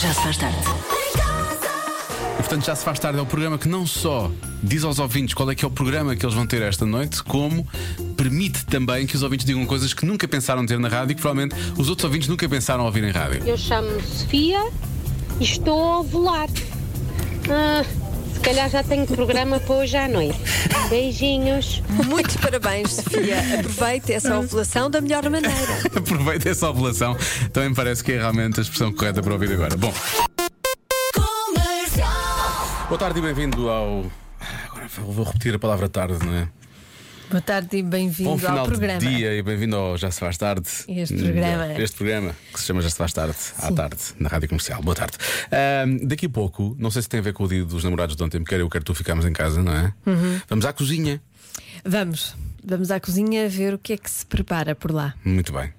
Já se faz tarde. E, portanto, já se faz tarde. É o programa que não só diz aos ouvintes qual é que é o programa que eles vão ter esta noite, como permite também que os ouvintes digam coisas que nunca pensaram ter na rádio e que provavelmente os outros ouvintes nunca pensaram ouvir em rádio. Eu chamo-me Sofia e estou a volar. Ah, se calhar já tenho programa para hoje à noite. Beijinhos. Muitos parabéns, Sofia. Aproveite essa ovulação da melhor maneira. Aproveita essa ovulação. Também me parece que é realmente a expressão correta para ouvir agora. Bom, boa tarde e bem-vindo ao. Ah, Agora vou repetir a palavra tarde, não é? Boa tarde e Bom bem-vindo ao final programa. de dia e bem-vindo ao Já Se Faz Tarde. Este programa. Este programa que se chama Já Se Faz Tarde, à tarde, na Rádio Comercial. Boa tarde. Ahm, daqui a pouco, não sei se tem a ver com o dia dos namorados de ontem, porque quer eu, quer tu ficámos em casa, não é? Uhum. Vamos à cozinha. Vamos, vamos à cozinha ver o que é que se prepara por lá. Muito bem.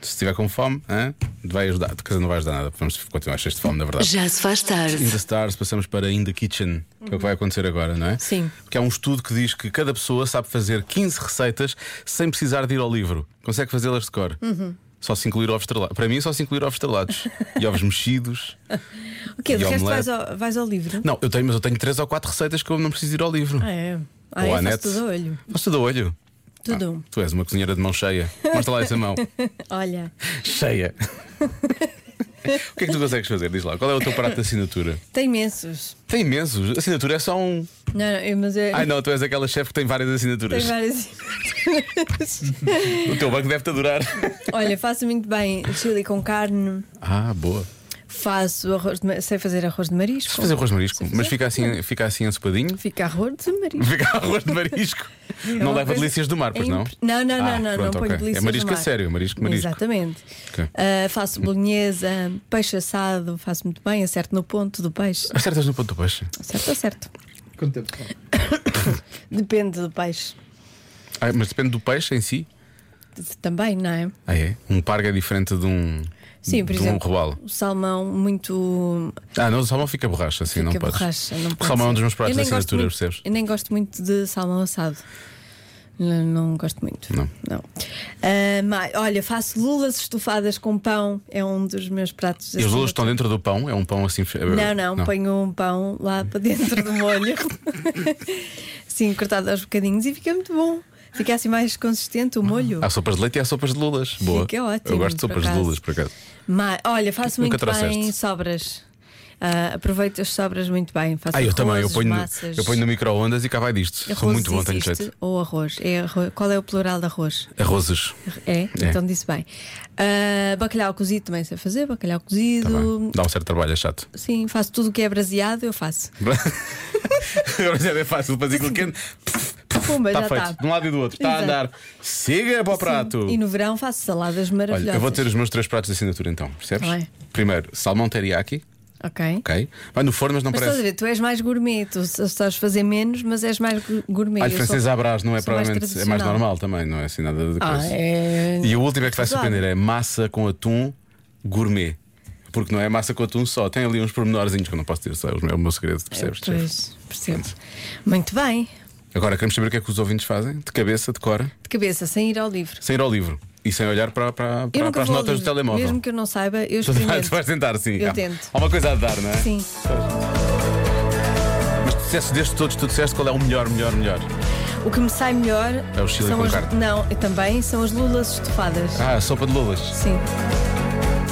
Se estiver com fome, hã? vai ajudar. Quer dizer, não vai ajudar nada, vamos continuar cheios de fome, na verdade. Já se faz In tarde. the Stars, passamos para In the Kitchen, que é o que vai acontecer agora, não é? Sim. Porque há um estudo que diz que cada pessoa sabe fazer 15 receitas sem precisar de ir ao livro. Consegue fazê-las de cor. Uhum. Só se incluir ovos estrelados. Para mim, é só se incluir ovos estrelados. e ovos mexidos. O quê? E De resto omelete? vais ao, vais ao livro? Não, eu tenho, mas eu tenho 3 ou 4 receitas que eu não preciso ir ao livro. Ah, é. Ah, ou é, à faz net. tudo a olho. Faço tudo a olho. Tudo. Tu és uma cozinheira de mão cheia. Mostra lá essa mão. Ah. Olha, cheia. o que é que tu consegues fazer? Diz lá. Qual é o teu prato de assinatura? tem imensos. Tem imensos. Assinatura é só um. Não, não, eu- mas é. Ai não, tu és aquela chefe que tem várias tem assinaturas. várias. O teu banco deve-te adorar. Olha, faço muito bem chili com carne, Ah, boa. faço arroz de ma... sei fazer arroz de marisco. Fazer arroz de marisco, Sei fazer. mas fica assim, fica assim ensopadinho. Fica arroz de marisco. Fica arroz de marisco. não É uma leva coisa- delícias do mar, pois é não? impre- Não, não, Ah, não, não, pronto, não ok. ponho delícias É marisco do a mar. sério, marisco, marisco. Exatamente. Ok. Ah, faço bolonhesa, peixe assado, faço muito bem, acerto no ponto do peixe. Acertas no ponto do peixe. Acerto, acerto. Quanto tempo? Depende do peixe Ah, mas depende do peixe em si. também, não é? Ah, é? Um parga é diferente de um. Sim, por de exemplo, um robalo. o salmão muito. Ah, não, o salmão fica borracha, assim, não fica podes. borracha, não o pode salmão é um ser. dos meus pratos Eu de nem gosto assinatura, muito- percebes? Eu nem gosto muito de salmão assado. Não, não gosto muito. Não. Ah, mas, olha, faço lulas estufadas com pão, é um dos meus pratos. assim, de E os lulas estão assinatura. dentro do pão? É um pão assim. Não, não, ponho um pão lá para dentro do molho, assim cortado aos bocadinhos e fica muito bom. Fica assim mais consistente o molho. Há sopas de leite e há sopas de lulas. Boa. Fica ótimo, Eu gosto de por sopas de acaso. lulas, por acaso. Mas, olha, faço Nunca muito bem trouxeste. sobras. Ah, aproveito as sobras muito bem. Faço Ah, eu também, eu arrozes, ponho, no- massas. eu ponho no micro-ondas e cá vai disto. Sou Arrozes muito bom, tenho existe, jeito. Ou arroz. É arro- Qual é o plural de arroz? Arrozes. É? Então disse bem. Ah, bacalhau cozido também sei fazer, bacalhau Tá bem. cozido. Dá um certo trabalho, é chato. Sim, faço tudo o que é braseado, eu faço. Agora já é fácil fazer aquilo quente. Pumba, Está já feito. está. De um lado e do outro. Está a Exato. andar. Siga para o prato. E no verão faço saladas Ah, Olha, maravilhosas. eu vou ter os meus três pratos de assinatura então, percebes? Tá bem. Primeiro, salmão teriyaki, Ok. ok? Vai no forno, mas não Mas estás a parece. ver, tu és mais gourmet, tu estás a fazer menos, mas és mais gu- gourmet. Alho Eu francês sou- à brás não é sou mais provavelmente. É mais tradicional. normal também, não é assim nada de coisa. Ah, é. E o último é que vai Exato. surpreender: é massa com atum gourmet. Porque não é massa com atum só, tem ali uns pormenorzinhos que eu não posso ter, só é o meu- é o meu segredo, percebes? Pois, percebo. Muito bem. Agora queremos saber o que é que os ouvintes fazem, de cabeça, de cora, De cabeça, sem ir ao livro. sem ir ao livro e sem olhar para, para, Eu para, nunca para as vou ao notas do livro. telemóvel. Mesmo que eu não saiba, eu Tu vais, tu experimento. vais tentar, sim. Eu Há- tento. Há uma coisa a dar, não é? Sim. Mas tu disseste destes todos, tu disseste qual é o melhor, melhor, melhor. O que me sai melhor É o chili são com as, carne. Não, e também são as lulas estufadas. Ah, sopa de lulas. Sim,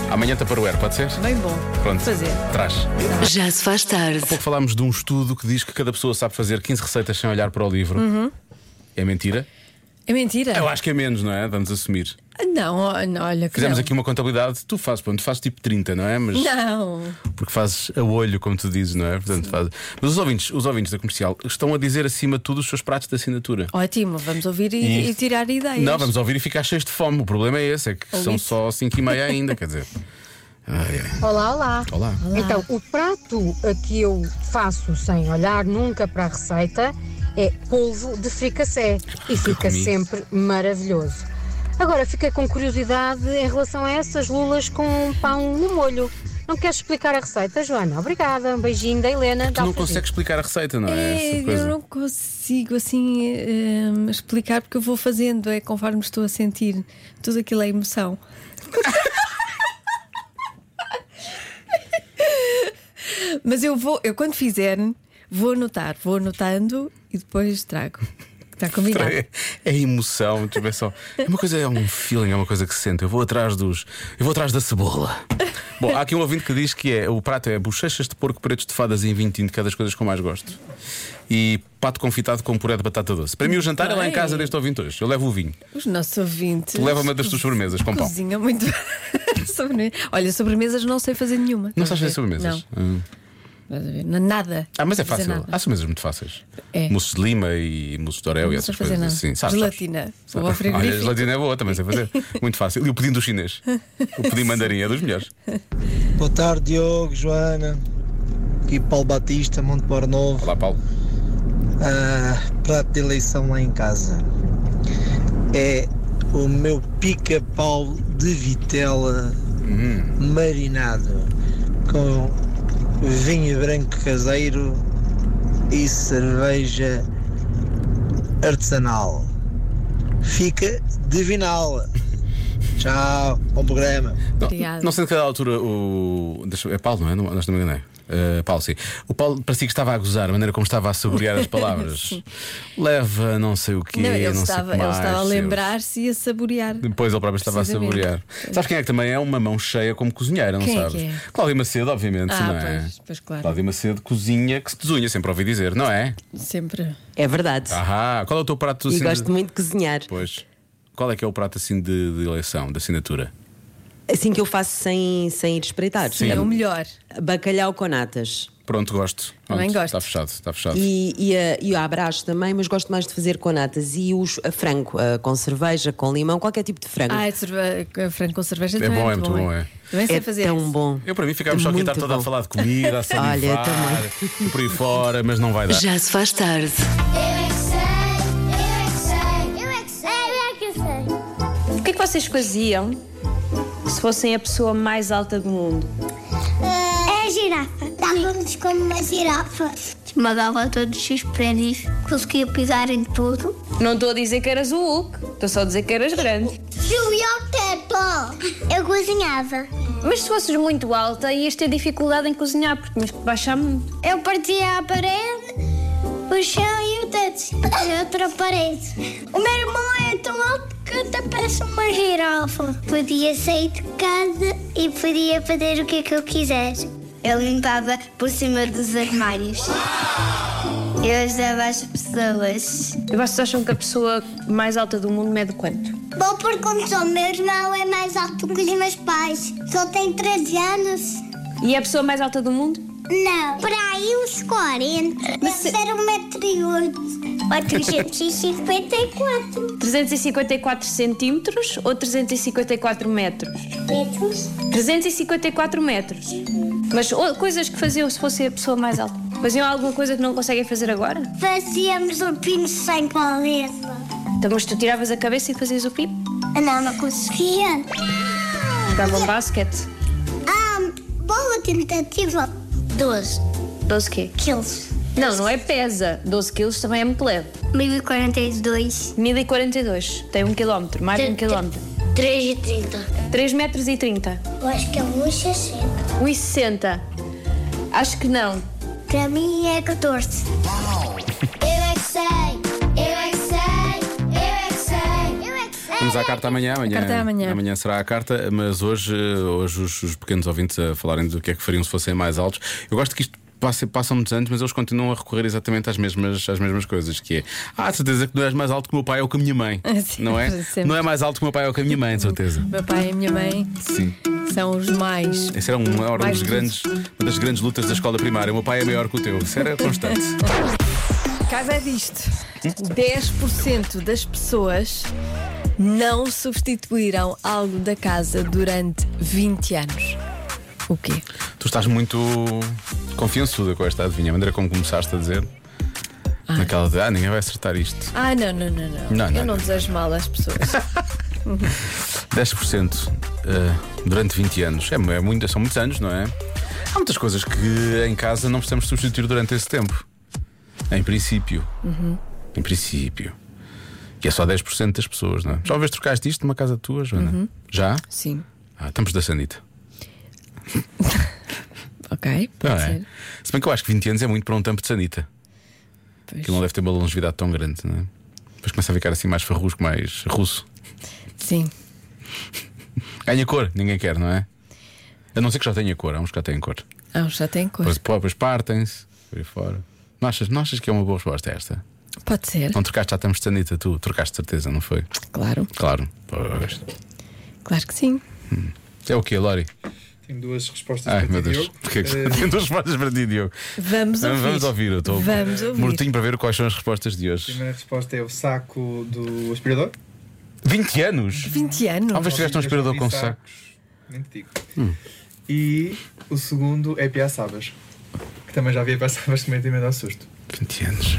Amanhã para o pode ser? bem bom. Pronto. Fazer. Traz. Há Já se faz tarde. pouco falámos de um estudo que diz que cada pessoa sabe fazer 15 receitas sem olhar para o livro. Uhum. É mentira? É mentira? Eu acho que é menos, não é? Vamos assumir. Ah, Não, ó, não, olha que Fizemos não. aqui uma contabilidade, tu fazes, pronto, fazes tipo 30, não é? Mas Não. porque fazes a olho, como tu dizes, não é? Portanto, fazes. Mas os ouvintes, os ouvintes da comercial estão a dizer acima de tudo os seus pratos de assinatura. Ótimo, vamos ouvir e, E- e tirar ideias. Não, vamos ouvir e ficar cheios de fome. O problema é esse, é que Ou são isso. só 5 e meia ainda, quer dizer. Ai, ai. Olá, olá. Olá. Então, o prato a que eu faço sem olhar nunca para a receita é polvo de fricassé e fica comi. sempre maravilhoso. Agora, fiquei com curiosidade em relação a essas lulas com pão no molho. Não queres explicar a receita, Joana? Obrigada. Um beijinho da Helena. Tu da não Alfragido. consegues explicar a receita, não é? É, Essa eu coisa. não consigo assim eh, explicar porque eu vou fazendo, é conforme estou a sentir. Tudo aquilo é emoção. Mas eu vou, eu quando fizer, vou anotar, vou anotando e depois trago. Está combinado. É, é emoção, tu vê só. É uma coisa, é um feeling, é uma coisa que se sente. Eu vou atrás dos. Eu vou atrás da cebola. Bom, há aqui um ouvinte que diz que é o prato é bochechas de porco pretos de fadas em vintinho, que é das coisas que eu mais gosto. E pato confitado com puré de batata doce. Para mim, o jantar é lá em casa deste ouvinte hoje. Eu levo o vinho. Os nossos ouvintes. Leva-me das tuas sobremesas, com pão. Cozinha muito bem. Sobremesa. Olha, sobremesas não sei fazer nenhuma. Não Estás a sabes fazer ver? sobremesas? Não. Hum. Estás a ver? Não, nada. Ah, mas é Não sei fazer fácil. nada. Há sobremesas muito fáceis. É. Mousses de lima e mousses de orel e Não essas sei fazer coisas nada. assim. Sabes, sabes. Gelatina. Vou ao Olha, a frigorífico. gelatina é boa, também sei fazer. Muito fácil. E o pudim do chinês. O pudim mandarim é dos melhores. Boa tarde, Diogo, Joana. Aqui Paulo Batista, Monte Bor Novo. Olá, Paulo. Ah, prato de eleição lá em casa. É o meu pica-pau de vitela marinado com vinho branco caseiro e cerveja artesanal. Fica divinal. Tchau, bom programa. Não, Obrigada. não sendo que a altura o. deixa- é Paulo, não é? Não, nós também não é. Eh, Paulo, sim. O Paulo parecia que estava a gozar, a maneira como estava a saborear as palavras. Leva não sei o quê, Não, não, ele, sei o que estava, ele mais, estava a seus- lembrar-se e a saborear. Depois ele próprio estava a Precisamente. saborear. Sabes quem é que também é uma mão cheia como cozinheira, não Quem é sabes? que é? Cláudia Macedo, obviamente, Ah, não é? pois, pois claro. Cláudia Macedo cozinha que se desunha, sempre ouvi dizer, não é? Sempre. É verdade. Ahá, qual é o teu prato assim? e de- gosto muito de cozinhar. Pois. Qual é que é o prato assim de, de eleição, de assinatura? Assim que eu faço sem, sem ir espreitar. Sim. É o melhor. Bacalhau com natas. Pronto, gosto. Também Pronto, gosto. Está fechado, está fechado. E, e, a- e a abraço também, mas gosto mais de fazer com natas. E os a frango, a com cerveja, com limão, qualquer tipo de frango. Ah, é cerve... frango com cerveja É também bom, é muito bom, é. Também sei é fazer tão isso. bom. É Eu, para mim, ficávamos só aqui a Muito estar toda a bom. falar de comida, a salivar, Olha, eu também. e por aí fora, mas não vai dar. Já se faz tarde. é é O que é que vocês faziam se fossem a pessoa mais alta do mundo? É a girafa. Dávamos como uma girafa. Mandava todos os prédios, conseguia pisar em tudo. Não estou a dizer que eras o Hulk, estou só a dizer que eras grande. Subia ao teto. Eu cozinhava. Mas se fosses muito alta, ias ter dificuldade em cozinhar, porque tinhas que baixar muito. Eu partia a parede, o chão e o teto. E outra parede. O meu irmão é tão alto que até parece uma girafa. Podia sair de casa e podia fazer o que, que eu quisesse. Eu limpava por cima dos armários. Eu ajudava as pessoas. E vocês acham que a pessoa mais alta do mundo mede quanto? Bom, por condição, meu irmão é mais alto que os meus pais. Só tem 13 anos. E a pessoa mais alta do mundo? Não, para aí uns 40. Mas era 1,8m. 354 centímetros ou 354 metros? 854. 354 metros. Mas ou- coisas que faziam se fossem a pessoa mais alta. Faziam alguma coisa que não conseguem fazer agora? Fazíamos um pino sem cabeça. Então, mas tu tiravas a cabeça e fazias o pipo? Ah, Não, não conseguia. Jogavam basquete. Ah, boa tentativa. 12 12 quê? quilos. Não, não é pesa. 12 quilos também é muito leve. 1042. 1042. Tem um quilómetro, mais de um quilómetro. 3,30. 3 metros e 30. Eu acho que é 1,60. 1,60. Acho que não. Para mim é 14. Eu é que sei, eu é que sei, eu é que sei, eu é que sei. Vamos à carta amanhã. amanhã carta é amanhã. será a carta, mas hoje, eh, hoje os, os pequenos ouvintes a falarem do que é que fariam se fossem mais altos. Eu gosto que isto. passe- Passam muitos anos, mas eles continuam a recorrer exatamente às mesmas, às mesmas coisas, que é Ah, de certeza que não és mais alto que o meu pai ou que a minha mãe. Sim, não é? sempre. Não é mais alto que o meu pai ou que a minha mãe, de certeza. Meu pai e a minha mãe Sim. são os mais. Essa era uma, era um Mais dos que grandes, uma das grandes lutas da escola primária. O meu pai é maior que o teu. Isso era constante. Caiba é disto: 10% das pessoas não substituíram algo da casa durante 20 anos. O quê? tu estás muito confiançuda com esta adivinha, a maneira como começaste a dizer. Naquela de, ah, ninguém vai acertar isto. Ah, não, não, não, não. Não, não, Eu não. não desejo mal às pessoas. 10% eh, durante 20 anos. É, é muito, são muitos anos, não é? Há muitas coisas que em casa não precisamos substituir durante esse tempo. Em princípio. Uhum. Em princípio. E é só 10% das pessoas, não é? Já uma vez trocaste isto numa casa tua, Joana? Já? Uhum. Sim. Ah, estamos da Sanita. Ok. Ok, pode Não é? ser. Se bem que eu acho que 20 anos é muito para um tampo de sanita. Pois. Que não deve ter uma longevidade tão grande, não é? Depois começa a ficar assim mais farrusco, mais russo. Sim. Ganha cor, ninguém quer, não é? A não ser que já tenha cor, há uns que já têm cor. Ah, os já tem cor. Depois, depois partem-se, por aí fora. Não achas, não achas que é uma boa resposta esta? Pode ser, Não trocaste já estamos de sanita, tu trocaste de certeza, não foi? claro. Claro, pois. Claro que sim. É o quê, Lori? Tenho duas respostas Ai para meu ti, Deus, Diogo. porque é que Eh, tem duas respostas para ti, Diogo? Vamos ouvir. Vamos ouvir, eu estou Vamos ouvir. mortinho para ver quais são as respostas de A hoje. primeira resposta é o saco do aspirador. 20 anos? 20 anos. Talvez tiveste um aspirador com Ouvi saco. Nem te digo. Hum. E o segundo é piaçabas. Que também já havia piaçabas que também tem medo ao susto. 20 anos.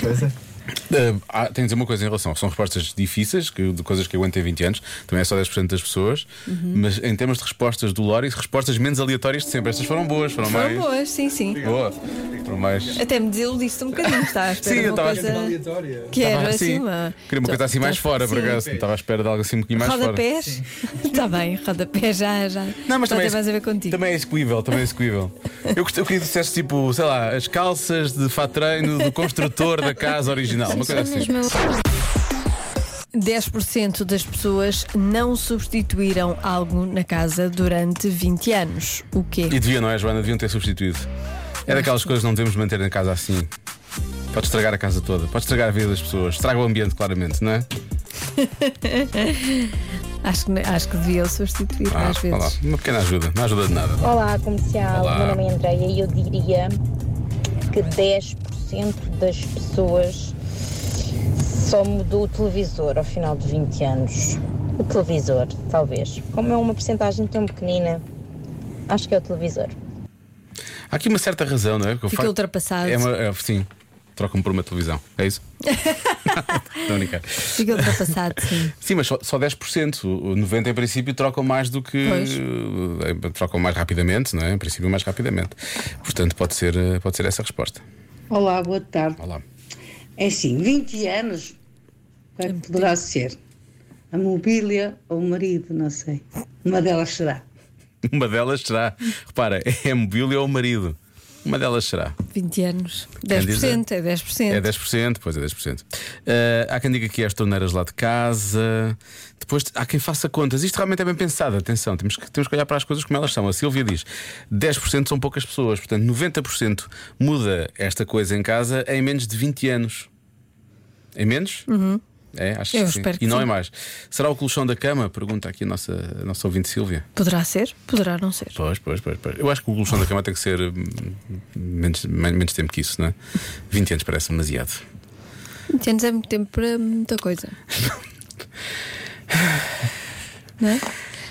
Pois é. Ah, há- tenho de dizer uma coisa em relação. São respostas difíceis, que, de coisas que eu aguento em 20 anos, também é só 10% das pessoas. Mas em termos de respostas do Lori, respostas menos aleatórias de sempre. Estas foram boas, foram, São mais. boas, sim, sim. Boa. Foram mais. Até me desiludiste um bocadinho, está à espera Sim, de eu uma estava a coisa... É Aleatória. eh, Que era Estava assim assim. uma... Queria uma coisa assim mais fora, por Sim. acaso. Não Estava à espera de algo assim um pouquinho mais fora. Rodapés? Está bem, rodapé já, já. Não, mas já também tem mais a ver contigo. Também é execuível, também é execuível. eu, gost- eu queria que dissesse tipo, sei lá, as calças de fatreino do construtor da casa original. Uma coisa assim. 10% das pessoas não substituíram algo na casa durante 20 anos. O quê? E deviam, não é, Joana? Deviam ter substituído. É daquelas coisas que não devemos manter na casa assim. Pode estragar a casa toda, pode estragar a vida das pessoas, estraga o ambiente, claramente, não é? Acho que, acho que deviam substituir às Ah, vá lá. vezes. Uma pequena ajuda, não ajuda de nada. Olá, comercial. Olá. Meu nome é Andreia e eu diria que 10% das pessoas só mudou o televisor ao final de 20 anos. O televisor, talvez. Como é uma porcentagem tão pequenina, acho que é o televisor. Há aqui uma certa razão, não é? Porque eu Fica fa- ultrapassado. É uma, é, sim, trocam por uma televisão, é isso? não, brincar. Fica ultrapassado, sim. Sim, mas só, só 10%. O 90% em princípio trocam mais do que. Pois. eh, Trocam mais rapidamente, não é? Em princípio, mais rapidamente. Portanto, pode ser, eh, pode ser essa a resposta. Olá, boa tarde. Olá. É assim, 20 anos vai que poderá ser. A mobília ou o marido, não sei. Uma delas será. Uma delas será. Repara, é a mobília ou o marido? Uma delas será. 20 anos. Quem diz 10% é 10%. É 10%, pois é 10%. Eh, há quem diga que é as torneiras lá de casa. Depois há quem faça contas. Isto realmente é bem pensado, atenção, temos que, temos que olhar para as coisas como elas são. A Silvia diz: 10% são poucas pessoas, portanto 90% muda esta coisa em casa em menos de 20 anos. Em menos? É, acho que Uhum. Eu sim. espero que E não sim. é mais. Será o colchão da cama? Pergunta aqui a nossa, a nossa ouvinte Silvia. Poderá ser, poderá não ser. Pois, pois, pois, pois. Eu acho que o colchão da cama tem que ser hum, menos, men- menos tempo que isso, não é? 20 anos parece demasiado. 20 anos é muito tempo para muita coisa. não é?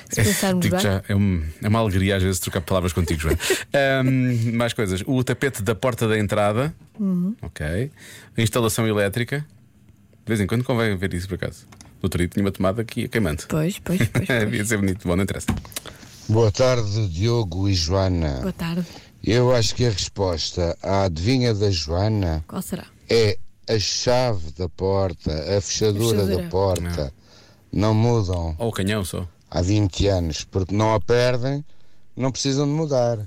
Se pensarmos Digo bem. já, é, um- é uma alegria às vezes trocar palavras contigo, Joana. Ahm, mais coisas. O tapete da porta da entrada. Uhum. Ok. A instalação elétrica. De vez em quando convém ver isso por acaso. No outro dia tinha uma tomada aqui queimando. Pois, pois, pois. pois. Devia ser bonito. Bom, não interessa. Boa tarde, Diogo e Joana. Boa tarde. Eu acho que a resposta à adivinha da Joana Qual será? é a chave da porta, a fechadura, Fechadura. da porta. Não mudam Ou o canhão só. há 20 anos, porque não a perdem, não precisam de mudar.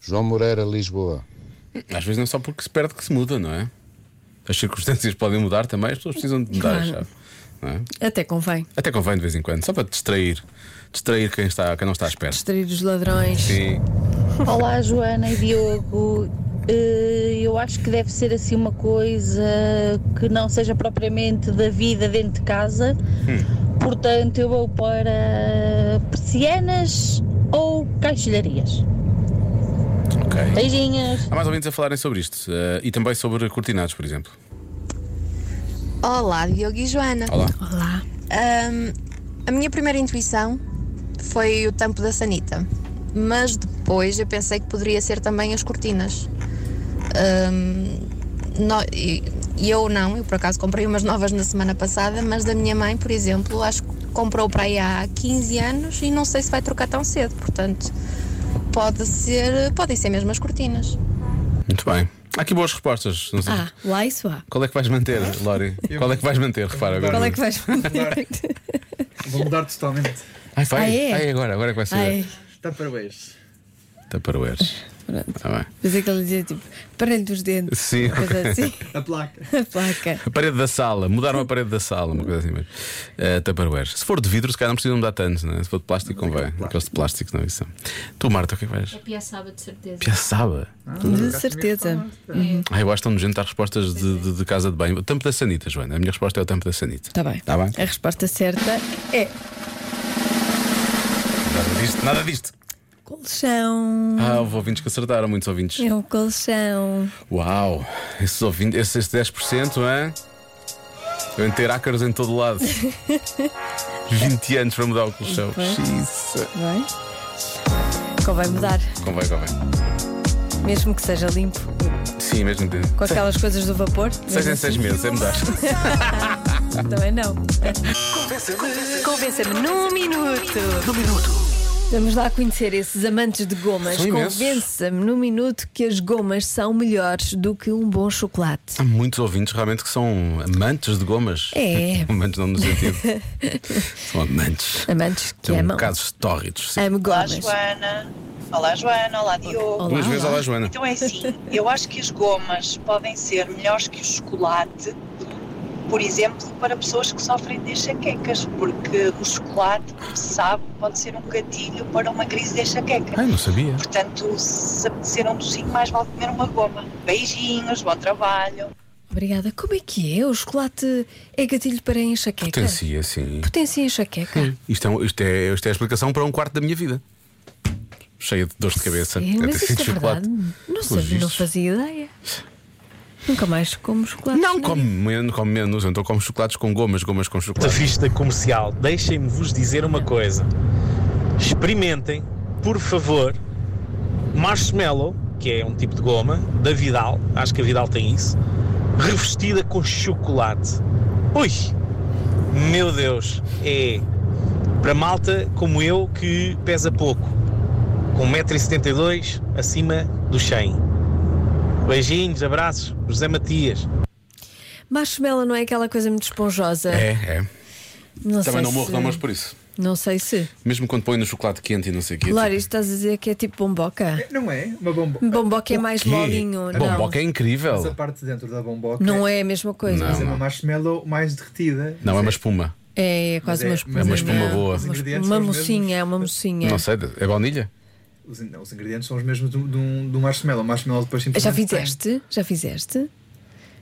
João Moreira, Lisboa. Às vezes não é só porque se perde que se muda, não é? As circunstâncias podem mudar também, as pessoas precisam de mudar, Claro. sabe? Não é? Até convém. Até convém de vez em quando, só para distrair. Distrair quem, está, quem não está à espera. Distrair os ladrões. Sim. Olá, Joana e Diogo. Eh, Eu acho que deve ser assim uma coisa que não seja propriamente da vida dentro de casa. Portanto, eu vou para persianas ou caixilharias. Ok. Beijinhos. Há mais ouvintes a falarem sobre isto eh, e também sobre cortinados, por exemplo. Olá, Diogo e Joana. Olá. Olá. Ahm, a minha primeira intuição foi o tampo da sanita, mas depois eu pensei que poderia ser também as cortinas. Ahm, nó- e e eu não, eu por acaso comprei umas novas na semana passada, mas da minha mãe, por exemplo, acho que comprou para aí há 15 anos e não sei se vai trocar tão cedo, portanto, pode ser, podem ser mesmo as cortinas. Muito bem. Há aqui boas respostas. Não sei. Ah, lá isso há. Qual é que vais manter, Lori? Qual é que vais manter? um Repara agora. Qual é que vais fazer? Vou mudar totalmente. Ai, vai. Ah, é? Ai, agora, agora é que vai ser. Está parabéns. Tupperwares. Tá bem. Mas é que ele dizia tipo, parelho dos dentes. Sim, uma coisa ok. assim. A placa. A placa. A parede da sala, mudaram a parede da sala, uma coisa assim mesmo. Eh, Tupperwares. Se for de vidro, se calhar não precisam mudar tantos, né? se for de plástico, convém. Aqueles de plástico, não é isso. Tu, Marta, o que é que vais? piaçaba, de certeza. Piaçaba. De certeza. Uhum. Ah, eu acho tão nojento as respostas de, de- de casa de banho. O tampo da sanita, Joana. A minha resposta é o tampo da sanita. Tá bem. Tá bem? A resposta certa é Nada disto, nada disto. colchão. Ah, houve ouvintes que acertaram, muitos ouvintes. É um colchão. Uau! Esses ouvintes, esses 10%, hein? Eu ter ácaros em todo lado. 20 anos para mudar o colchão. Xisa. Vai? é? Convém mudar, Convém, convém. mesmo que seja limpo. Sim, mesmo tempo. Com aquelas coisas do vapor. Seis em seis meses, é mudar. Também não. Convença-me num minuto. Num minuto. Vamos lá conhecer esses amantes de gomas. São imensos. Convença-me num minuto que as gomas são melhores do que um bom chocolate. Há muitos ouvintes realmente que são amantes de gomas. É. amantes não no sentido. são amantes. Amantes que é são amam. casos tórridos. sim. Amo Olá, gomas. Joana. Olá, Joana. Olá, Diogo. Duas vezes olá, Joana. Então é assim, eu acho que as gomas podem ser melhores que o chocolate, por exemplo, para pessoas que sofrem de enxaquecas, porque o chocolate, como se sabe, pode ser um gatilho para uma crise de enxaqueca. Ai, não sabia. é Portanto, se apetecer um docinho, mais vale comer uma goma. Beijinhos, bom trabalho. Obrigada. Como é que é? O chocolate é gatilho para enxaqueca? Potencia, sim. Potência enxaqueca. Isto é, um- isto, é, isto é a explicação para um quarto da minha vida. Cheia de dores de cabeça. Sim, É mas ter sido isto é verdade. Não, Pelos sabia, não vistos. fazia ideia. Nunca mais como chocolate. Não come menos, come menos, então come chocolates com gomas, gomas com chocolate. Tafista comercial, deixem-me vos dizer uma coisa. Experimentem, por favor, marshmallow, que é um tipo de goma, da Vidal, acho que a Vidal tem isso, revestida com chocolate. Ui! Meu Deus! É para malta como eu que pesa pouco, com 1,72m acima do 100. Beijinhos, abraços, José Matias. Marshmallow não é aquela coisa muito esponjosa. É, é. Não sei Também não tipo- morro se... de amores por isso. Não sei se. Mesmo quando põe no chocolate quente e não sei o quê. tipo, Lóris, estás a dizer que é tipo bomboca? Não é? Uma bomboca. Bomboca é mais quê? molinho, A não. bomboca é incrível. Mas a parte de dentro da bomboca. Não é a mesma coisa. Mas é uma marshmallow mais derretida. Não, é uma espuma. É Mas quase é- uma mas espuma. é uma espuma não. boa. Uma Os espuma- ingredientes Uma são os mocinha, é uma mocinha. Não sei, é baunilha? Os, in- não, os ingredientes são os mesmos um, do, do, do marshmallow. O marshmallow depois Já simplesmente. fizeste? Já fizeste?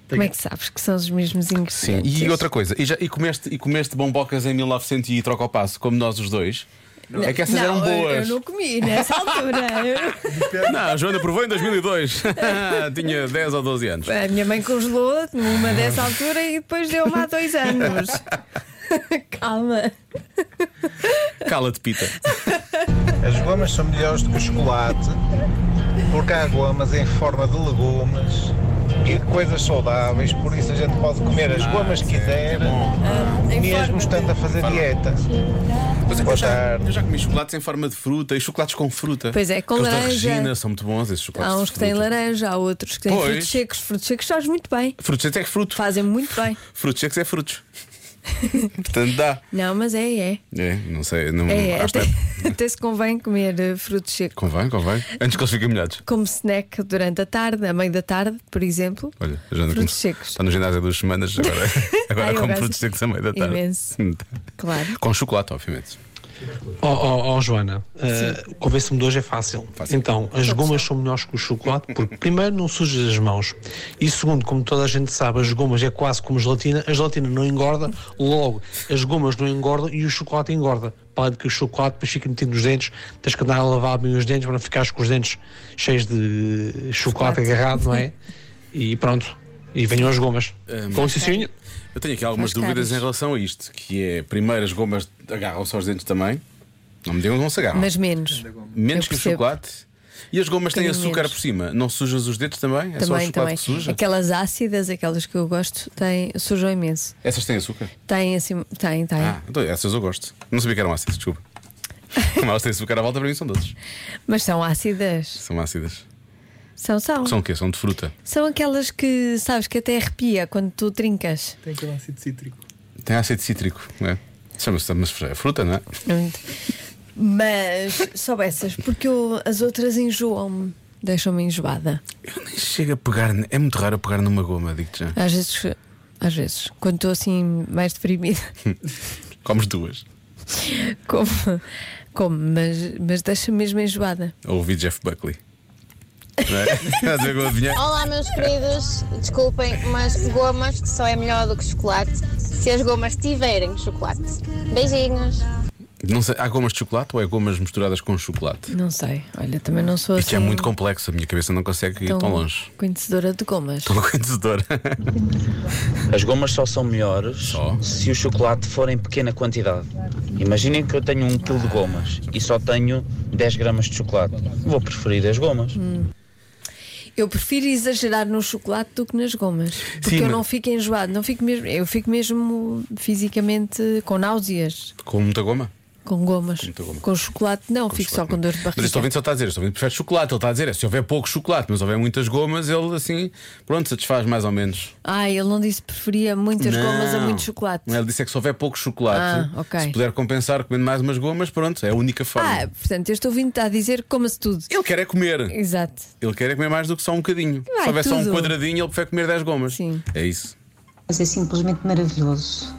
Como é que sabes que são os mesmos ingredientes? Sim. E outra coisa, e, já, e, comeste, e comeste bombocas em 1900 e troca ao passo, como nós os dois? É que essas não, eram eu- boas. Eu, não comi nessa altura. Eu- não... a Joana provou em 2002. Tinha 10 ou 12 anos. A minha mãe congelou numa dessa altura e depois deu-me há dois anos. Calma. Cala-te, Pita. As gomas são melhores do que o chocolate, porque há gomas em forma de legumes e de coisas saudáveis, por isso a gente pode comer as gomas que quiser, mesmo estando a fazer dieta. Mas é que eu, já, eu já comi chocolates em forma de fruta e chocolates com fruta. Pois é, com Aqueles da laranja. Regina são muito bons esses chocolates. Há uns de que têm fruta. laranja, há outros que têm Pois. frutos secos. Frutos secos faz muito bem. Frutos secos é que fruto. Fazem muito bem. Frutos secos é frutos. Portanto, dá. Não, mas é, é. É, não sei, não, É, é. acho que Até, até se convém comer eh, frutos secos. Convém, convém. Antes que eles fiquem molhados. Como snack durante a tarde, a meio da tarde, por exemplo. Olha, a Joana Frutos come- secos. Está no ginásio há duas semanas, agora, agora Ai, eu como gosto. frutos secos a meio da tarde. Hum, Imenso. Claro. Com chocolate, obviamente. Oh, oh, oh, Joana, uh, convence-me de hoje é fácil. Então, as gomas são melhores que o chocolate porque, primeiro, não sujas as mãos e, segundo, como toda a gente sabe, as gomas é quase como gelatina. A gelatina não engorda, logo, as gomas não engordam e o chocolate engorda. Para além de que o chocolate depois fica metido nos dentes, tens que andar a lavar bem os dentes para não ficares com os dentes cheios de chocolate agarrado, não é? E pronto, e venham as gomas. com licencinha. Eu tenho aqui algumas Faz dúvidas caras. em relação a isto, que é primeiro as gomas agarram-se aos dentes também. Não me digam que não se agarram. Mas menos. Ah. menos eu que o percebo. chocolate. E as gomas têm bocadinho açúcar menos. por cima. Não sujas os dedos também? É só o também, chocolate também. que suja? Aquelas ácidas, aquelas que eu gosto, têm, sujam imenso. Essas têm açúcar? Tem assim, tem, tem. Ah, então essas eu gosto. Não sabia que eram ácidas, desculpa. Como elas têm açúcar à volta, para mim são doces. Mas são ácidas. São ácidas. São, são. Que São o quê? São de fruta. São aquelas que sabes que até arrepia quando tu trincas. Tem aquele ácido cítrico. Tem ácido cítrico, não é? Chama-se mas é fruta, não é? Muito. Mas só essas, porque eu- as outras enjoam-me, deixam-me enjoada. Nem Chega a pegar, é muito raro eu pegar numa goma, digo-te já. Às vezes, às vezes, quando estou assim mais deprimida, Comes duas. como, como mas, mas deixa-me mesmo enjoada. Eu Ouvi Jeff Buckley. Não é? Estás a ver como adivinhei? Olá, meus queridos. Desculpem, mas gomas só é melhor do que chocolate se as gomas tiverem chocolate. Beijinhos. Não sei, há gomas de chocolate ou é gomas misturadas com chocolate? Não sei, olha, também não sou Isto assim. é muito complexo, a minha cabeça não consegue ir Então, tão longe. Conhecedora de gomas. Estou conhecedora. As gomas só são melhores se o chocolate for em pequena quantidade. Imaginem que eu tenho um quilo de gomas e só tenho 10 gramas de chocolate. Vou preferir as gomas. Eu prefiro exagerar no chocolate do que nas gomas. Porque Sim, eu mas- não fico enjoado, não fico mesmo, eu fico mesmo fisicamente com náuseas, Com muita goma? com gomas. Com, muita goma. chocolate não, fico só com dor de Mas este barriga. ouvinte só está a dizer, este ouvinte prefere chocolate, ele está a dizer, é, se houver pouco chocolate, mas houver muitas gomas, ele assim, pronto, satisfaz mais ou menos. Ah, ele não disse que preferia muitas gomas a Não. muito chocolate. Ele disse é que se houver pouco chocolate, Ah, ok. se puder compensar comendo mais umas gomas, pronto, é a única Ah, forma. portanto, este ouvinte está a dizer que coma-se tudo. Ele quer é comer. Exato. Ele quer é comer mais do que só um bocadinho. Vai, se houver só um é tudo. quadradinho, ele prefere comer 10 gomas. Sim. É isso. Mas é simplesmente maravilhoso.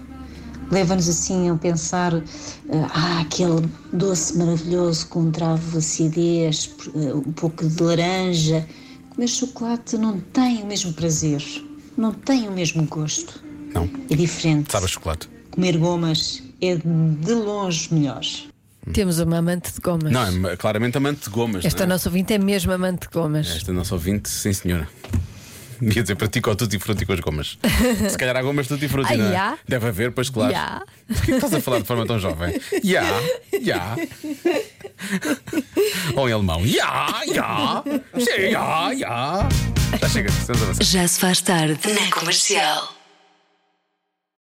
Leva-nos assim a pensar, eh, ah, aquele doce maravilhoso com um travo de acidez, por- eh, um pouco de laranja. Comer chocolate não tem o mesmo prazer, não tem o mesmo gosto. Não. É diferente. Sabe a chocolate. Comer gomas é de longe melhor. Temos uma amante de gomas. Hum. Não, é claramente amante de gomas. Esta não é? nossa ouvinte é mesmo amante de gomas. Esta nossa ouvinte, sim senhora. Ia dizer, pratica o tutti frutti com as gomas. Se calhar há gomas tutti frutti, Ah, não é? já? Deve haver, pois claro. Já. Porquê que estás a falar de forma tão jovem? Ya, ya. Ou em alemão. Ya, ya. Sim, Ya, ya. Já chega, estamos a avançar. Já se faz tarde na comercial.